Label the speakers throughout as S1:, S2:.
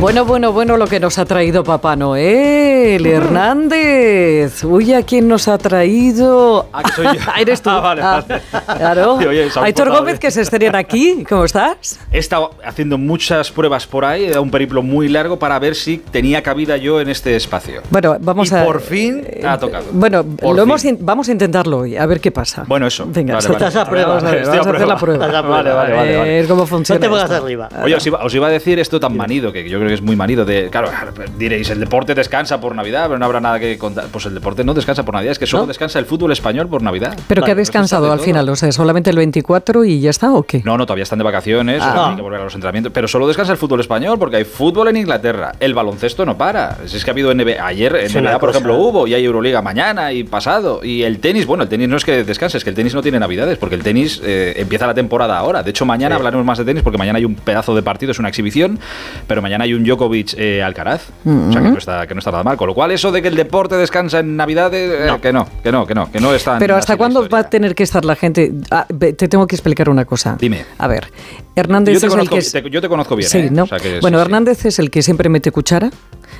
S1: Bueno, bueno, bueno, lo que nos ha traído Papá Noel, Hernández. Uy, ¿a quién nos ha traído?
S2: Ah, que soy yo.
S1: Ah, Eres tú.
S2: Ah, vale, vale.
S1: claro.
S2: Sí, oye, se han
S1: Aitor
S2: portado
S1: Gómez,
S2: bien.
S1: que se estrena aquí. ¿Cómo estás?
S2: He estado haciendo muchas pruebas por ahí, he dado un periplo muy largo para ver si tenía cabida yo en este espacio.
S1: Bueno, vamos
S2: Y
S1: a. Eh,
S2: por fin ha tocado.
S1: Bueno,
S2: Por
S1: lo
S2: fin.
S1: hemos in- vamos a intentarlo hoy, a ver qué pasa.
S2: Bueno, eso.
S1: Venga,
S2: Vale,
S1: sí.
S2: vale. Estás
S3: a prueba.
S1: Vamos a, ver,
S2: Estoy a
S1: vamos a hacer
S2: prueba.
S1: la prueba.
S3: Estás a prueba.
S2: Vale, vale,
S1: A
S2: vale,
S1: ver
S2: vale.
S1: cómo funciona.
S3: No te pongas
S1: esto.
S3: arriba.
S2: Oye, os iba, os iba a decir esto tan manido, que yo creo que es muy manido, de, claro, pues diréis, el deporte descansa por Navidad, pero no habrá nada que contar. Pues el deporte no descansa por Navidad, es que solo
S3: ¿No?
S2: descansa el fútbol español por Navidad.
S1: Pero que ha
S3: Vale,
S2: pues eso está
S1: descansado
S2: de
S1: al
S2: todo.
S1: final, o sea, solamente el 24 y ya está, ¿o qué?
S2: No, no, todavía están de vacaciones, o sea,
S1: Ah.
S2: tienen que volver a los entrenamientos, pero solo descansa el fútbol español porque hay fútbol en Inglaterra, el baloncesto no para, si es que ha habido NBA, ayer
S3: Es
S2: NBA
S3: una
S2: por
S3: cosa.
S2: ejemplo hubo y hay Euroliga mañana y pasado, y el tenis, bueno, el tenis no es que descanse, es que el tenis no tiene navidades porque el tenis eh, empieza la temporada ahora, de hecho mañana hablaremos más de tenis porque mañana hay un pedazo de partido, es una exhibición, pero mañana hay un Djokovic eh, Alcaraz,
S1: Mm,
S2: o sea que no, está, que no está nada mal, con lo cual eso de que el deporte descansa en navidades, eh, que no, que no, que no, que no está...
S1: Pero ¿hasta cuándo va a tener que estar la gente? Ah, ve- te tengo que explicar una cosa.
S2: Dime.
S1: A ver, Hernández
S2: Yo te,
S1: es el
S2: conozco,
S1: que... es-
S2: te- yo te conozco bien.
S1: Sí,
S2: ¿eh?
S1: ¿no?
S2: O sea que
S1: bueno,
S2: sí, sí.
S1: Hernández es el que siempre mete cuchara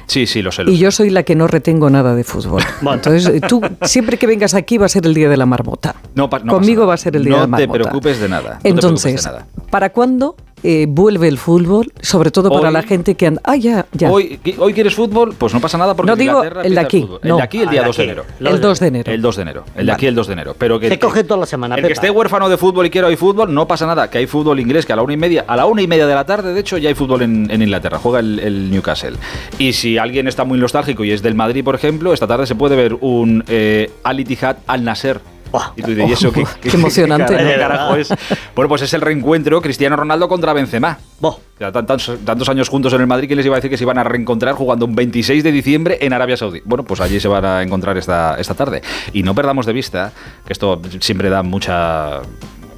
S2: Sí, sí, lo sé. lo
S1: y
S2: sé.
S1: yo soy la que no retengo nada de fútbol.
S3: Bueno.
S1: Entonces, eh, tú siempre que vengas aquí va a ser el día de la marmota.
S2: No pa- no pasa
S1: Conmigo
S2: nada.
S1: va a ser el día
S2: No
S1: de la
S2: te
S1: marmota.
S2: preocupes de nada, no te
S1: Entonces,
S2: preocupes de nada.
S1: ¿para cuándo eh, vuelve el fútbol? Sobre todo para
S2: Hoy-
S1: la gente que anda... Ah, ya, ya.
S2: Hoy, hoy quieres fútbol, pues no pasa nada porque
S1: No digo
S2: Inglaterra
S1: el de
S2: empieza
S1: aquí,
S2: fútbol.
S1: no.
S2: El de aquí el
S3: Ah,
S2: día
S3: el
S2: 2 de
S3: aquí.
S2: enero.
S1: el 2 de enero.
S2: El 2 de enero. El de aquí el 2 de enero. Pero que
S3: Se coge toda la semana,
S2: El que
S3: Pepa.
S2: esté huérfano de fútbol y quiera hoy fútbol, no pasa nada. Que hay fútbol inglés que a la una y media, a la una y media de la tarde, de hecho, ya hay fútbol en, en Inglaterra. Juega el, el Newcastle. Y si alguien está muy nostálgico y es del Madrid, por ejemplo, esta tarde se puede ver un eh, Al Ittihad Al Nasser.
S3: Buah,
S2: Y tú dices, ¿y eso qué,
S1: qué emocionante,
S2: carajo-
S3: ¿no?
S2: carajo es? Bueno, pues es el reencuentro Cristiano Ronaldo contra Benzema.
S3: Bo.
S2: Ya tan- tantos, tantos años juntos en el Madrid, ¿quién les iba a decir que se iban a reencontrar jugando un 26 de diciembre en Arabia Saudí? Bueno, pues allí se van a encontrar esta, esta tarde. Y no perdamos de vista, que esto siempre da mucha...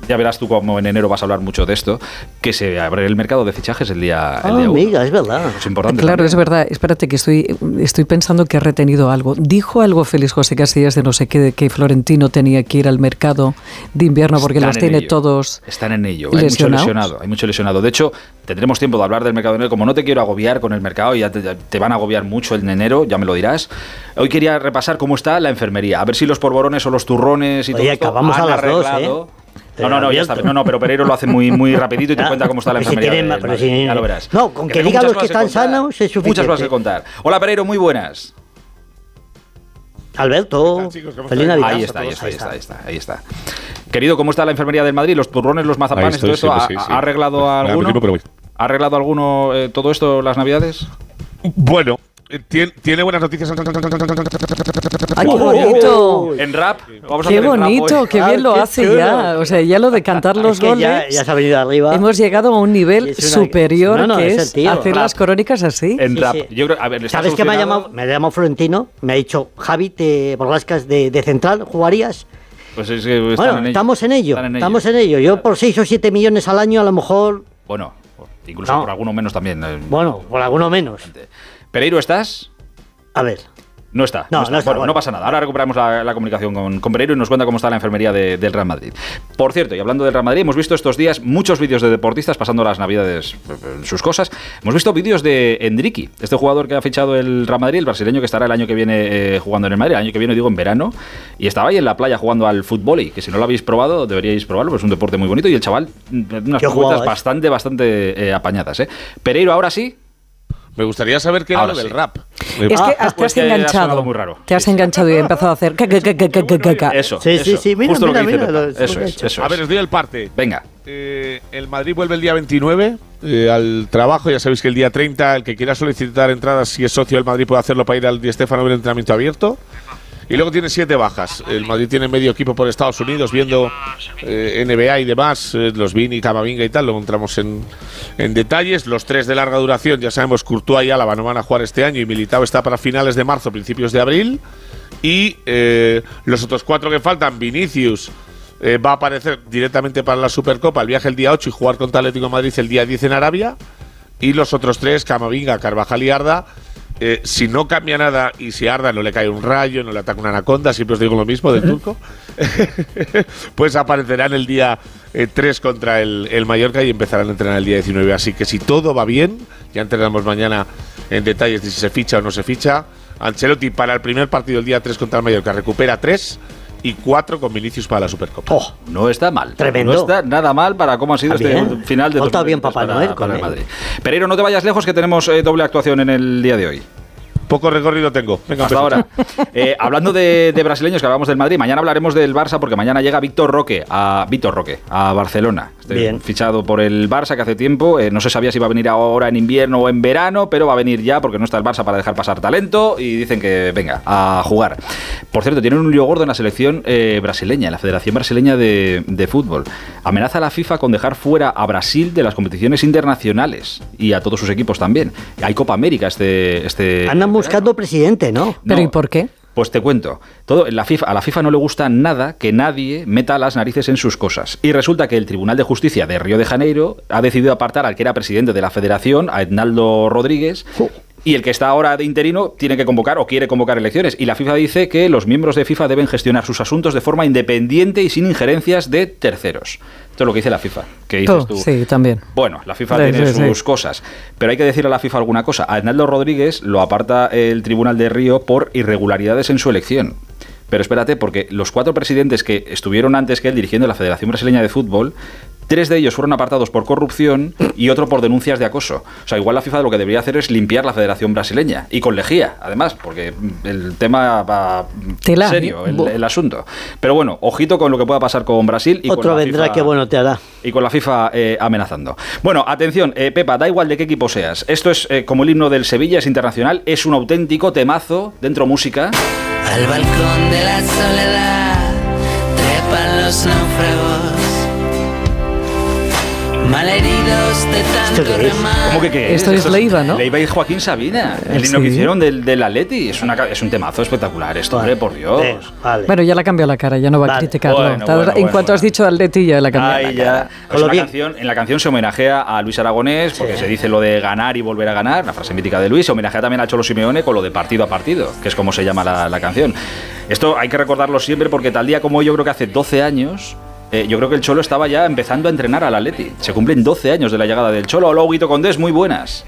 S2: Ya verás tú cómo en enero vas a hablar mucho de esto, que se abre el mercado de fichajes el día...
S3: Ah,
S2: el día uno. Ah,
S3: amiga, es verdad.
S2: Es importante.
S1: Claro,
S2: también.
S1: es verdad. Espérate, que estoy, estoy pensando que ha retenido algo. Dijo algo Félix José Casillas de no sé qué, de que Florentino tenía que ir al mercado de invierno porque
S2: Están
S1: los
S2: en
S1: tiene
S2: ello.
S1: todos.
S2: Están en ello. Hay mucho
S1: lesionados.
S2: lesionado. Hay mucho lesionado. De hecho, tendremos tiempo de hablar del mercado de enero. Como no te quiero agobiar con el mercado, y ya te, ya te van a agobiar mucho en enero, ya me lo dirás. Hoy quería repasar cómo está la enfermería. A ver si los polvorones o los turrones y
S3: Oye,
S2: todo esto
S3: acabamos a
S2: han
S3: las dos,
S2: arreglado.
S3: ¿eh? Te
S2: No, no, no, ya
S3: advierto.
S2: está. No, no, pero Pereiro lo hace muy, muy rapidito y te
S3: Ya.
S2: cuenta cómo está la
S3: Pero si
S2: enfermería.
S3: tienen-
S2: del
S3: pero
S2: Madrid.
S3: si-
S2: ya lo verás.
S3: No, con que
S2: tengo
S3: diga
S2: muchas
S3: los
S2: cosas
S3: que están
S2: que contar.
S3: sanos es
S2: Muchas
S3: suficiente.
S2: cosas que contar. Hola, Pereiro, muy buenas.
S3: Alberto, feliz Navidad.
S2: Ahí
S3: a
S2: está, ahí
S3: todos,
S2: está, ahí está, ahí está, ahí está. Querido, ¿cómo está la enfermería del Madrid? Los turrones, los
S4: Ahí
S2: mazapanes,
S4: estoy,
S2: todo esto.
S4: sí,
S2: ¿Ha,
S4: sí, sí. Pues
S2: ha arreglado
S4: Me da
S2: alguno?
S4: apetito, pero voy.
S2: ¿Ha arreglado alguno eh, todo esto las navidades?
S4: Bueno, eh, tien- tiene buenas noticias.
S1: ¡Ay, qué
S2: Oh,
S1: bonito!
S2: En rap, vamos a
S1: ¡Qué
S2: hacer en rap hoy. Ah,
S1: bonito! ¡Qué
S3: Ay,
S1: bien lo
S3: qué
S1: hace
S3: chulo. Ah,
S1: ya! O sea, ya lo de cantar los
S3: Es que ya,
S1: goles.
S3: ya se ha venido arriba.
S1: Hemos llegado a un nivel
S3: Es una-
S1: superior
S3: No, no,
S1: que
S3: es el
S1: es
S3: tío, Ah.
S1: hacer
S3: rap.
S1: las crónicas así.
S2: En
S3: Sí,
S2: rap.
S3: sí.
S2: Yo creo, a ver, está
S3: ¿Sabes qué me ha
S2: solucionado.
S3: llamado? Me ha llamado Florentino, me ha dicho, Javi, ¿te borrascas de, de central? ¿Jugarías?
S2: Pues es que están
S3: bueno,
S2: en ello.
S3: estamos en ello,
S2: Están
S3: estamos en ello. Yo por 6 o 7 millones al año a lo mejor,
S2: Bueno, incluso
S3: No.
S2: por alguno menos también. eh.
S3: bueno, por alguno menos.
S2: Pereiro, ¿estás?
S3: A ver,
S2: No está.
S3: No, no está,
S2: Bueno,
S3: bueno.
S2: no pasa nada. Ahora recuperamos la, la comunicación con, con Pereiro y nos cuenta cómo está la enfermería de- del Real Madrid. Por cierto, y hablando del Real Madrid, hemos visto estos días muchos vídeos de deportistas pasando las navidades, eh, eh, sus cosas. Hemos visto vídeos de Endricky, este jugador que ha fichado el Real Madrid, el brasileño que estará el año que viene eh, jugando en el Madrid, el año que viene digo en verano, y estaba ahí en la playa jugando al fútbol y que si no lo habéis probado deberíais probarlo, pues es un deporte muy bonito y el chaval mm, unas
S3: Yo he jugado,
S2: cuentas
S3: ¿eh?
S2: bastante, bastante eh, apañadas. ¿eh? Pereiro, ahora sí.
S4: Me gustaría saber qué era
S2: Ahora
S4: lo del
S2: sí.
S4: rap.
S1: Es que
S3: Ah,
S1: has- te
S2: pues
S1: has
S2: que ha
S1: enganchado.
S2: sonado muy raro.
S1: Te has enganchado y he empezado a hacer. ca, ca, ca, ca, ca, ca, ca.
S2: Eso.
S3: Ah, Sí, sí,
S2: eso.
S3: sí, mira,
S2: Justo lo que
S3: mira,
S2: dice
S3: mira,
S2: Pepa.
S3: lo-
S2: Eso
S3: lo he
S2: es,
S3: hecho.
S2: eso
S4: A
S2: es.
S4: ver, os doy el parte.
S2: Venga.
S4: Eh, el Madrid vuelve el día 29 eh, al trabajo. Ya sabéis que el día 30, el que quiera solicitar entradas, si es socio del Madrid, puede hacerlo para ir al Di Stéfano a ver el entrenamiento abierto. Y luego tiene siete bajas. El Madrid tiene medio equipo por Estados Unidos, viendo eh, NBA y demás, eh, los Vini, Tamavinga y tal, lo entramos en, en detalles. Los tres de larga duración, ya sabemos, Courtois y Álava no van a jugar este año y Militao está para finales de marzo, principios de abril. Y eh, los otros cuatro que faltan, Vinicius eh, va a aparecer directamente para la Supercopa, el viaje el día 8 y jugar contra Atlético de Madrid el día 10 en Arabia. Y los otros tres, Camavinga, Carvajal y Arda, eh, si no cambia nada y si Arda no le cae un rayo, no le ataca una anaconda, siempre os digo lo mismo del turco, pues aparecerán el día 3 contra el, el Mallorca y empezarán a entrenar el día 19. Así que si todo va bien, ya entrenamos mañana en detalles de si se ficha o no se ficha. Ancelotti para el primer partido el día 3 contra el Mallorca recupera 3 y 4 con Vinicius para la Supercopa.
S3: Oh,
S2: No está mal.
S3: Tremendo.
S2: No está nada mal para cómo ha sido
S3: Está
S2: este
S3: bien.
S2: final de
S3: Ha estado
S2: 2023
S3: bien Papá
S2: para-
S3: Noel
S2: para
S3: con
S2: el
S3: él.
S2: Madrid. Pereiro, no te vayas lejos que tenemos eh, doble actuación en el día de hoy.
S4: Poco recorrido tengo. Venga,
S2: Hasta
S4: empezamos.
S2: ahora. Eh, hablando de, de brasileños que hablamos del Madrid, mañana hablaremos del Barça porque mañana llega Víctor Roque a Víctor Roque a Barcelona. Este
S3: Bien.
S2: Fichado por el Barça que hace tiempo. eh, no se sabía si iba a venir ahora en invierno o en verano, pero va a venir ya porque no está el Barça para dejar pasar talento y dicen que venga a jugar. Por cierto, tienen un lío gordo en la selección eh, brasileña, en la Federación Brasileña de, de Fútbol. Amenaza a la FIFA con dejar fuera a Brasil de las competiciones internacionales y a todos sus equipos también. Hay Copa América este. este
S3: Andan
S2: verano.
S3: buscando presidente, ¿no?
S1: ¿Pero
S2: No.
S1: y por qué?
S2: Pues te cuento, todo, la FIFA, a la FIFA no le gusta nada que nadie meta las narices en sus cosas. Y resulta que el Tribunal de Justicia de Río de Janeiro ha decidido apartar al que era presidente de la federación, a Ednaldo Rodríguez.
S3: Jo.
S2: Y el que está ahora de interino tiene que convocar o quiere convocar elecciones. Y la FIFA dice que los miembros de FIFA deben gestionar sus asuntos de forma independiente y sin injerencias de terceros. Esto es lo que dice la FIFA. Que dices
S1: Todo,
S2: tú.
S1: sí, también.
S2: Bueno, la FIFA
S1: Sí,
S2: tiene
S1: sí, sí.
S2: sus cosas, pero hay que decirle a la FIFA alguna cosa. A Arnaldo Rodríguez lo aparta el Tribunal de Río por irregularidades en su elección. Pero espérate, porque los cuatro presidentes que estuvieron antes que él dirigiendo la Federación Brasileña de Fútbol, tres de ellos fueron apartados por corrupción y otro por denuncias de acoso. O sea, igual la FIFA lo que debería hacer es limpiar la Federación Brasileña y con lejía, además, porque mm, el tema va mm,
S1: Tela,
S2: serio,
S1: ¿eh?
S2: el,
S1: Bu-
S2: el asunto. Pero bueno, ojito con lo que pueda pasar con Brasil y con
S3: Otro
S2: la
S3: vendrá
S2: FIFA
S3: que bueno te hará.
S2: y con la FIFA eh, amenazando. Bueno, atención, eh, Pepa, da igual de qué equipo seas. Esto es eh, como el himno del Sevilla, es internacional, es un auténtico temazo dentro música.
S5: Al balcón de la soledad trepan los náufragos. Malheridos de
S3: ¿Esto
S5: tanto
S3: qué es?
S5: remar.
S2: ¿Cómo que qué es?
S1: Esto es Leiva, ¿no?
S2: Leiva y Joaquín Sabina, el
S1: Eh,
S2: himno que
S1: sí.
S2: hicieron del, del Atleti. Es, una, ca- es un temazo espectacular esto, hombre, por Dios.
S3: Venga, vale.
S1: Bueno, ya la cambió la cara, ya no va
S3: Vale.
S1: a criticarlo.
S2: Bueno,
S1: Te ha-
S2: bueno,
S1: en
S2: bueno,
S1: cuanto has
S2: bueno.
S1: dicho Atleti, ya la cambió.
S2: Ay,
S1: la cara.
S2: ya.
S3: Con lo
S2: Es una
S3: bien.
S2: canción- en la canción se homenajea a Luis Aragonés, porque
S3: Sí.
S2: se dice lo de ganar y volver a ganar, la frase mítica de Luis. Se homenajea también a Cholo Simeone con lo de partido a partido, que es como se llama la, la canción. Esto hay que recordarlo siempre porque tal día como hoy, yo creo que hace 12 años. eh, yo creo que el Cholo estaba ya empezando a entrenar al Atleti. Se cumplen 12 años de la llegada del Cholo. Hola, Huguito Condés, muy buenas.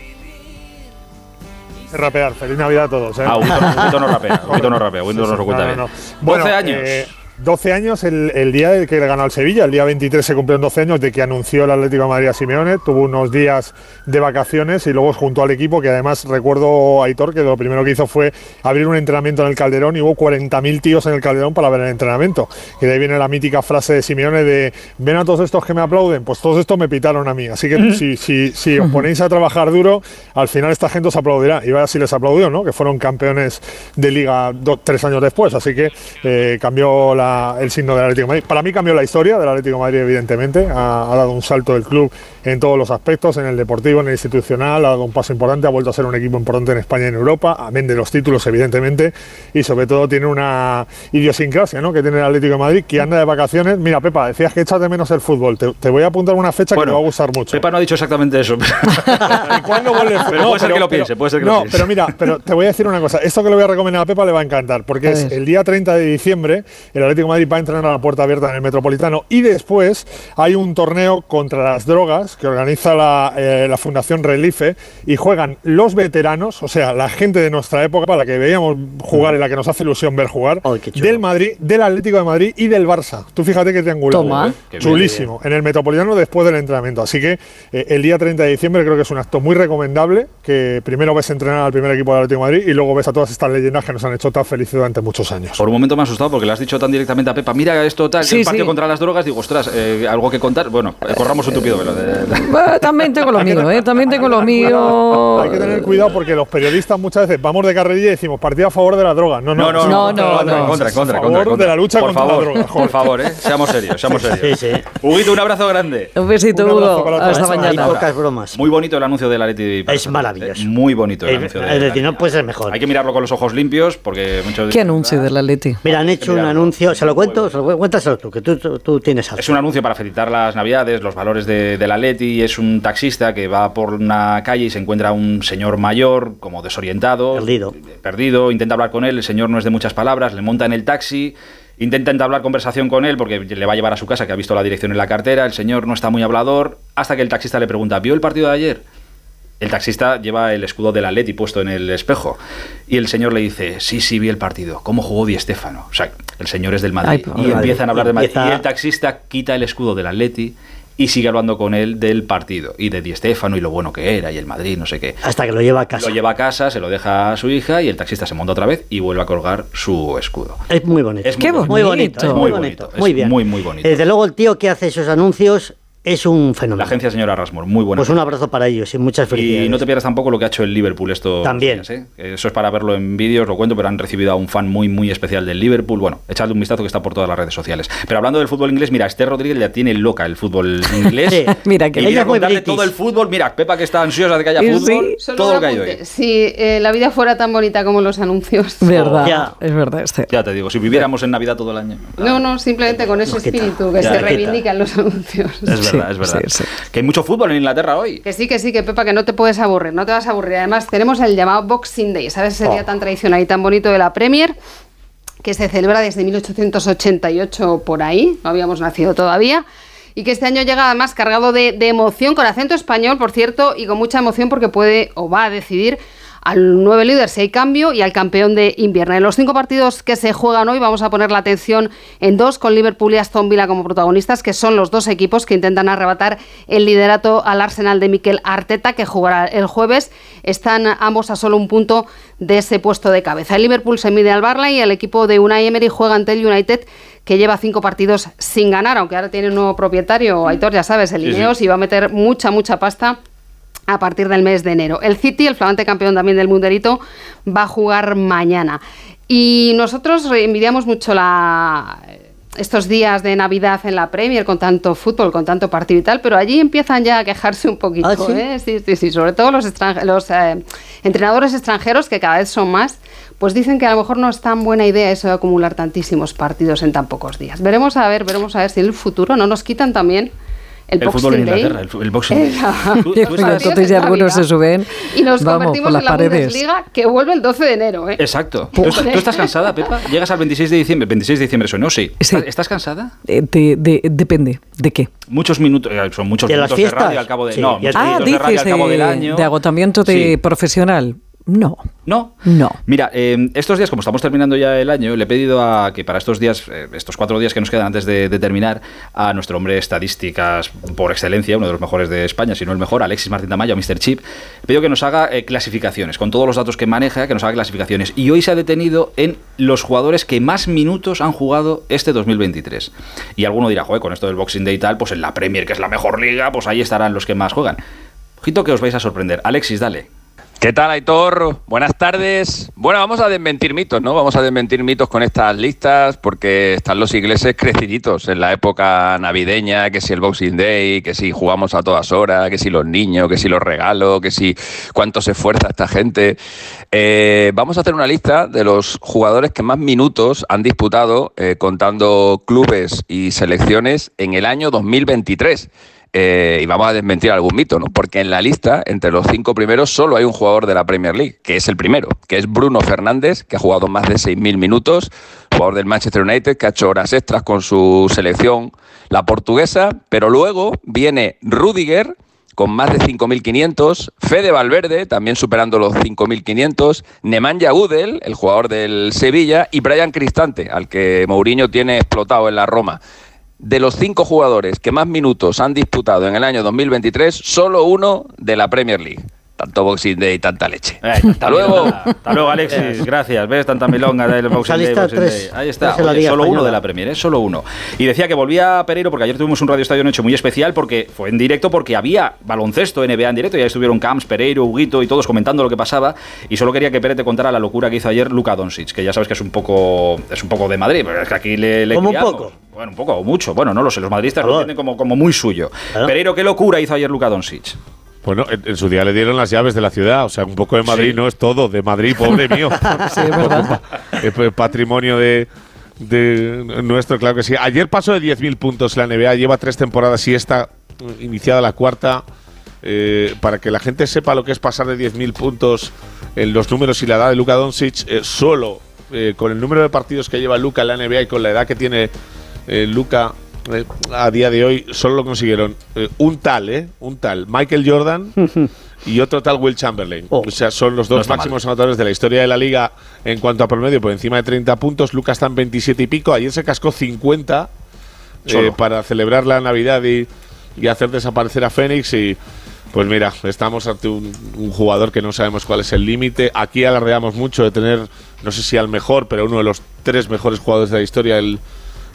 S6: Rapear, feliz Navidad a todos. ¿eh?
S2: Ah, Huguito, Huguito no rapea, Huguito no rapea, Huguito
S6: Sí, sí,
S2: nos lo cuenta
S6: no, no,
S2: bien.
S6: no.
S2: 12
S6: Bueno,
S2: años.
S6: eh, 12 años el, el día del que le ganó al Sevilla, el día 23 se cumplieron 12 años de que anunció el Atlético de Madrid a Simeone, tuvo unos días de vacaciones y luego juntó al equipo, que además recuerdo Aitor que lo primero que hizo fue abrir un entrenamiento en el Calderón y hubo 40.000 tíos en el Calderón para ver el entrenamiento. Y de ahí viene la mítica frase de Simeone de, ven a todos estos que me aplauden, pues todos estos me pitaron a mí, así que si, si, si os ponéis a trabajar duro, al final esta gente os aplaudirá. Y vaya si les aplaudió, ¿no? Que fueron campeones de liga dos, tres años después. Así que eh, cambió la- el signo del Atlético de Madrid. Para mí cambió la historia del Atlético de Madrid, evidentemente. Ha, ha dado un salto del club en todos los aspectos, en el deportivo, en el institucional, ha dado un paso importante, ha vuelto a ser un equipo importante en España y en Europa, amén de los títulos, evidentemente. Y sobre todo tiene una idiosincrasia, ¿no? Que tiene el Atlético de Madrid, que anda de vacaciones. Mira, Pepa, decías que echas de menos el fútbol. Te, te voy a apuntar una fecha que
S2: Bueno,
S6: te va a gustar mucho.
S2: Pepa no ha dicho exactamente eso.
S6: ¿Y cuándo vuelve el
S2: Pero
S6: fútbol?
S2: puede ser que lo piense, puede ser que lo
S6: no,
S2: piense.
S6: pero mira, pero te voy a decir una cosa. Esto que le voy a recomendar a Pepa le va a encantar, porque
S1: A
S6: es
S1: ver.
S6: el día 30 de diciembre, el Atlético de Madrid va a entrenar a la puerta abierta en el Metropolitano y después hay un torneo contra las drogas que organiza la, eh, la Fundación Relife y juegan los veteranos, o sea, la gente de nuestra época, para la que veíamos jugar y la que nos hace ilusión ver jugar,
S3: Ay, qué chulo.
S6: del Madrid, del Atlético de Madrid y del Barça. Tú fíjate que triangular.
S1: Toma.
S2: Qué bien.
S6: Chulísimo en el Metropolitano después del entrenamiento. Así que eh, el día 30 de diciembre creo que es un acto muy recomendable, que primero ves entrenar al primer equipo del Atlético de Madrid y luego ves a todas estas leyendas que nos han hecho tan felices durante muchos años.
S2: Por un momento me ha asustado porque le has dicho tan directamente a Pepa, mira esto tal,
S1: Sí,
S2: el partido
S1: sí.
S2: contra las drogas, digo, ostras, eh, algo que contar. Bueno, eh, corramos un tupido velo. de- de-
S1: Bueno, también tengo lo mío, ¿eh? También tengo lo mío.
S6: Hay que tener cuidado porque los periodistas muchas veces vamos de carrerilla y decimos partido a favor de la droga. No, no,
S1: no,
S6: sí,
S1: no,
S6: contra
S1: no,
S6: la
S1: no.
S6: droga.
S2: Contra, contra, contra,
S6: A favor
S2: contra.
S6: de la lucha
S2: por
S6: contra
S2: favor,
S6: la droga.
S2: Por
S6: joder.
S2: favor, eh, seamos serios, seamos serios.
S3: Sí, sí.
S2: Huguito, un abrazo grande.
S1: Un besito,
S6: Un abrazo
S1: Hugo.
S6: para todos.
S1: Hasta
S6: Hay
S1: mañana.
S3: poca- Pocas bromas.
S2: Muy bonito el anuncio del Atleti.
S3: Es maravilloso.
S2: Eh, Muy bonito el
S3: Es-
S2: anuncio
S3: es
S2: del
S3: decir, no
S2: Atleti.
S3: puede ser mejor.
S2: Hay que mirarlo con los ojos limpios porque muchos
S1: ¿Qué anuncio del Atleti?
S2: Oh,
S3: Mira, han hecho un
S2: Mira,
S3: anuncio yo se lo cuento, se lo cu- cuéntaselo tú, que tú, tú, tú tienes algo.
S2: Es un anuncio para felicitar las navidades, los valores de, de la Leti. Es un taxista que va por una calle y se encuentra un señor mayor, como desorientado.
S3: Perdido.
S2: Perdido, intenta hablar con él, el señor no es de muchas palabras, le monta en el taxi. Intenta entablar conversación con él porque le va a llevar a su casa, que ha visto la dirección en la cartera. El señor no está muy hablador, hasta que el taxista le pregunta: ¿Vio el partido de ayer? El taxista lleva el escudo del Atleti puesto en el espejo. Y el señor le dice, sí, sí, vi el partido. ¿Cómo jugó Di Stéfano? O sea, el señor es del
S1: Ay,
S2: Madrid.
S1: por
S2: y
S1: Madrid.
S2: empiezan a hablar de Madrid.
S3: Empieza-
S2: Y el taxista quita el escudo del Atleti y sigue hablando con él del partido. Y de Di Stéfano y lo bueno que era y el Madrid, no sé qué.
S3: Hasta que lo lleva a casa.
S2: Lo lleva a casa, se lo deja a su hija y el taxista se monta otra vez y vuelve a colgar su escudo.
S3: Es muy bonito.
S2: Es muy Qué bonito.
S3: Muy
S1: bonito.
S3: bonito, es
S2: Muy
S3: muy
S2: bonito,
S3: bonito.
S2: es
S3: Muy bien.
S2: muy, muy bonito.
S3: Desde luego el tío que hace esos anuncios es un fenómeno.
S2: La agencia señora Rasmor, muy buena.
S3: Pues un abrazo para ellos y muchas felicidades.
S2: Y no te pierdas tampoco lo que ha hecho el Liverpool esto. ¿eh?
S3: También.
S2: Eso es para verlo en vídeos, lo cuento, pero han recibido a un fan muy, muy especial del Liverpool. Bueno, echadle un vistazo que está por todas las redes sociales. Pero hablando del fútbol inglés, mira, Esther Rodríguez ya tiene loca el fútbol inglés.
S3: Sí.
S1: Mira que
S2: y
S3: Ella
S2: viene a
S3: es muy
S2: contarle
S3: british.
S2: todo el fútbol. Mira, Pepa que está ansiosa de que haya
S1: Sí,
S2: fútbol.
S1: sí.
S7: Solo
S2: Todo
S7: un
S2: lo que hay hoy.
S7: apunte. Si eh, la vida fuera tan bonita como los anuncios.
S1: Verdad,
S3: Ya.
S1: es verdad, este. Esther.
S2: Ya te digo, si viviéramos en Navidad todo el año.
S7: No, no, simplemente con ese
S3: Loquita.
S7: espíritu que
S3: Ya,
S7: se
S3: loquita.
S7: reivindican los anuncios.
S2: Es
S1: Sí,
S2: verdad, es verdad.
S1: sí, sí.
S2: Que hay mucho fútbol en Inglaterra hoy.
S7: Que sí, que sí, que Pepa, que no te puedes aburrir, no te vas a aburrir. Además, tenemos el llamado Boxing Day, ¿sabes? Ese día tan tradicional y tan bonito de la Premier, que se celebra desde 1888 por ahí, no habíamos nacido todavía. Y que este año llega además cargado de, de emoción, con acento español, por cierto, y con mucha emoción porque puede o va a decidir al nueve líder si hay cambio y al campeón de invierno. En los cinco partidos que se juegan hoy vamos a poner la atención en dos con Liverpool y Aston Villa como protagonistas, que son los dos equipos que intentan arrebatar el liderato al Arsenal de Miquel Arteta, que jugará el jueves. Están ambos a solo un punto de ese puesto de cabeza. El Liverpool se mide al Barley y el equipo de Unai Emery juega ante el United que lleva cinco partidos sin ganar, aunque ahora tiene un nuevo propietario, Aitor, ya sabes, el
S2: Sí, sí.
S7: Ineos, y va a meter mucha, mucha pasta a partir del mes de enero. El City, el flamante campeón también del Munderito, va a jugar mañana. Y nosotros envidiamos mucho la- estos días de Navidad en la Premier con tanto fútbol, con tanto partido y tal, pero allí empiezan ya a quejarse un poquito.
S3: ¿Ah, sí?
S7: ¿eh? Sí, sí, sí, sobre todo los, extranjeros, los eh, entrenadores extranjeros, que cada vez son más, pues dicen que a lo mejor no es tan buena idea eso de acumular tantísimos partidos en tan pocos días. Veremos a ver, veremos a ver si en el futuro no nos quitan también el,
S2: El
S7: Boxing
S2: fútbol en
S7: Day.
S2: Inglaterra, el fu- el Boxing Day.
S7: Exacto.
S2: Tú- tú
S1: Y
S2: estás-
S7: Partidos
S1: nosotros
S7: en
S1: ya algunos
S7: Navidad.
S1: se suben,
S7: Y nos
S1: vamos,
S7: convertimos
S1: por las
S7: en la
S1: paredes.
S7: Bundesliga que vuelve el 12 de enero. ¿eh?
S2: Exacto. ¿Tú, estás- tú estás cansada, Pepa? ¿Llegas al 26 de diciembre? ¿26 de diciembre soy, no? Sí.
S1: Sí.
S2: ¿Estás- ¿Estás cansada?
S1: Eh, de- de- depende, ¿de qué?
S2: Muchos minutos, eh, son muchos
S3: ¿De las
S2: minutos de
S3: fiestas?
S2: radio al cabo de
S3: Sí,
S2: no,
S3: ya
S2: muchos
S3: te
S1: Ah,
S2: minutos de radio
S1: dices
S2: al cabo del
S1: de,
S2: año.
S1: de agotamiento de
S2: Sí.
S1: profesional. No.
S2: No.
S1: No.
S2: Mira, eh, estos días, como estamos terminando ya el año, le he pedido a que para estos días, eh, estos cuatro días que nos quedan antes de, de terminar, a nuestro hombre de estadísticas por excelencia, uno de los mejores de España, si no el mejor, Alexis Martín Tamayo, Mr. Chip, le pido que nos haga eh, clasificaciones, con todos los datos que maneja, que nos haga clasificaciones. Y hoy se ha detenido en los jugadores que más minutos han jugado este 2023. Y alguno dirá, joder, con esto del Boxing Day y tal, pues en la Premier, que es la mejor liga, pues ahí estarán los que más juegan. Ojito que os vais a sorprender. Alexis, dale.
S8: ¿Qué tal, Aitor? Buenas tardes. Bueno, vamos a desmentir mitos, ¿no? Vamos a desmentir mitos con estas listas porque están los ingleses creciditos en la época navideña, que si el Boxing Day, que si jugamos a todas horas, que si los niños, que si los regalos, que si cuánto se esfuerza esta gente. Eh, vamos a hacer una lista de los jugadores que más minutos han disputado eh, contando clubes y selecciones en el año 2023. Eh, y vamos a desmentir algún mito, ¿no? Porque en la lista, entre los cinco primeros, solo hay un jugador de la Premier League, que es el primero, que es Bruno Fernández, que ha jugado más de 6.000 minutos, jugador del Manchester United, que ha hecho horas extras con su selección, la portuguesa, pero luego viene Rudiger, con más de 5.500. Fede Valverde, también superando los 5.500. Nemanja Udel, el jugador del Sevilla. Y Brian Cristante, al que Mourinho tiene explotado en la Roma. De los cinco jugadores que más minutos han disputado en el año 2023, solo uno de la Premier League. Tanto Boxing Day y tanta leche.
S2: Eh, tanta
S8: Hasta luego.
S2: milonga. Hasta luego, Alexis. Gracias. ¿Ves tanta milonga del Boxing
S3: ahí
S2: Day,
S3: está
S2: Boxing
S3: tres-
S2: Day. Ahí está.
S3: tres en la
S2: Oye,
S3: Liga
S2: solo uno
S3: Española.
S2: de la Premier, ¿eh? solo uno. Y decía que volvía a Pereiro porque ayer tuvimos un Radio Estadio Noche muy especial porque fue en directo porque había baloncesto NBA en directo y ahí estuvieron Camps, Pereiro, Huguito y todos comentando lo que pasaba. Y solo quería que Pérez te contara la locura que hizo ayer Luka Doncic, que ya sabes que es un poco, es un poco de Madrid, pero es que aquí le, le
S3: Como un
S2: criamos.
S3: poco.
S2: Bueno, un poco o mucho. Bueno, no lo sé. Los madridistas lo
S3: Claro.
S2: entienden como, como muy suyo.
S3: Claro.
S2: Pereiro, ¿qué locura hizo ayer Luka Doncic?
S4: Bueno, en, en su día le dieron las llaves de la ciudad, o sea, un poco de Madrid
S2: Sí.
S4: no es todo, de Madrid, pobre mío.
S1: Sí, es verdad.
S4: Es Eh, pues, patrimonio de, de nuestro, claro que sí. Ayer pasó de 10.000 puntos la NBA, lleva tres temporadas y esta, mm, iniciada la cuarta, eh, para que la gente sepa lo que es pasar de 10.000 puntos en los números y la edad de Luka Doncic, eh, solo eh, con el número de partidos que lleva Luka en la NBA y con la edad que tiene Luca Luka eh, a día de hoy, solo lo consiguieron un tal, ¿eh? Un tal, Michael Jordan. y otro tal Will Chamberlain.
S3: Oh.
S4: O sea, son los
S2: No
S4: dos
S2: está
S4: máximos anotadores de la historia de la liga en cuanto a promedio, por encima de 30 puntos. Lucas está en 27 y pico. Ayer se cascó 50 eh,
S2: Solo.
S4: para celebrar la Navidad y, y hacer desaparecer a Fénix. Y pues mira, estamos ante un, un jugador que no sabemos cuál es el límite. Aquí alardeamos mucho de tener, no sé si al mejor, pero uno de los tres mejores jugadores de la historia del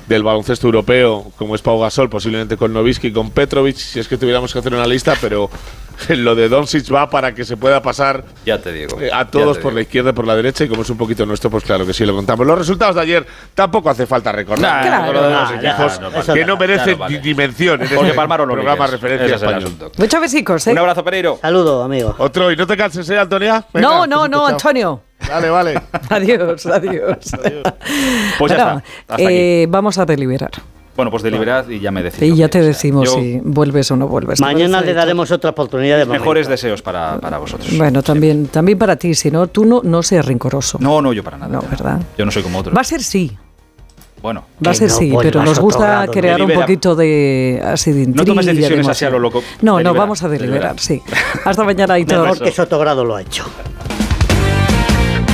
S4: del baloncesto europeo, como es Pau Gasol, posiblemente con Novisky, con Petrovic, si es que tuviéramos que hacer una lista, pero lo de Doncic va para que se pueda pasar
S2: Ya te digo.
S4: eh,
S2: ya
S4: a
S2: te
S4: todos por
S2: digo.
S4: la izquierda y por la derecha, y como es un poquito nuestro, pues claro que sí lo contamos. Los resultados de ayer tampoco hace falta recordar,
S2: Nah,
S4: porque lo de los
S3: nah,
S4: equipos
S3: nah, no,
S4: que
S3: no,
S4: no merecen
S2: no vale.
S4: ni dimensión en
S2: Porque
S4: este
S2: palmaron los
S4: programa
S2: líderes.
S4: referencia
S2: Ese es el
S4: español.
S2: asunto.
S1: Muchos besicos, ¿eh?
S2: Un abrazo, Pereiro.
S3: Saludo, amigo.
S4: Otro, y no te canses, ¿eh, Antonia? Venga,
S1: No,
S4: te
S1: no,
S4: escucho,
S1: no,
S4: chao.
S1: Antonio.
S4: Vale, vale.
S1: Adiós, adiós.
S2: Pues ya
S1: Bueno,
S2: está. Hasta aquí.
S1: eh, vamos a deliberar.
S2: Bueno, pues deliberad y ya me decís.
S1: Y
S2: lo
S1: ya
S2: que
S1: te
S2: sea.
S1: decimos
S2: Yo-
S1: si vuelves o no vuelves. ¿Te
S3: Mañana
S1: parece?
S3: le daremos otra oportunidad de momento.
S2: Mejores deseos para, para vosotros.
S1: Bueno, también, también para ti, si no, tú no, no seas rincoroso.
S2: No, no, yo para nada.
S1: No, ¿verdad?
S2: Yo no soy como otros.
S1: Va a ser sí,
S2: Bueno.
S1: va a
S3: Que
S1: ser
S3: no
S1: sí,
S2: pues,
S3: vuelvas
S1: pero nos
S3: otro
S1: gusta
S3: grado,
S1: crear un
S2: delibera.
S1: poquito de así de
S2: No tomes
S1: intriga, de
S2: decisiones
S1: emoción.
S2: así a lo loco.
S1: No, no,
S2: Delibera,
S1: vamos a deliberar,
S2: delibera.
S1: sí. Hasta mañana, Aitor.
S3: Mejor que Sotogrado lo ha hecho.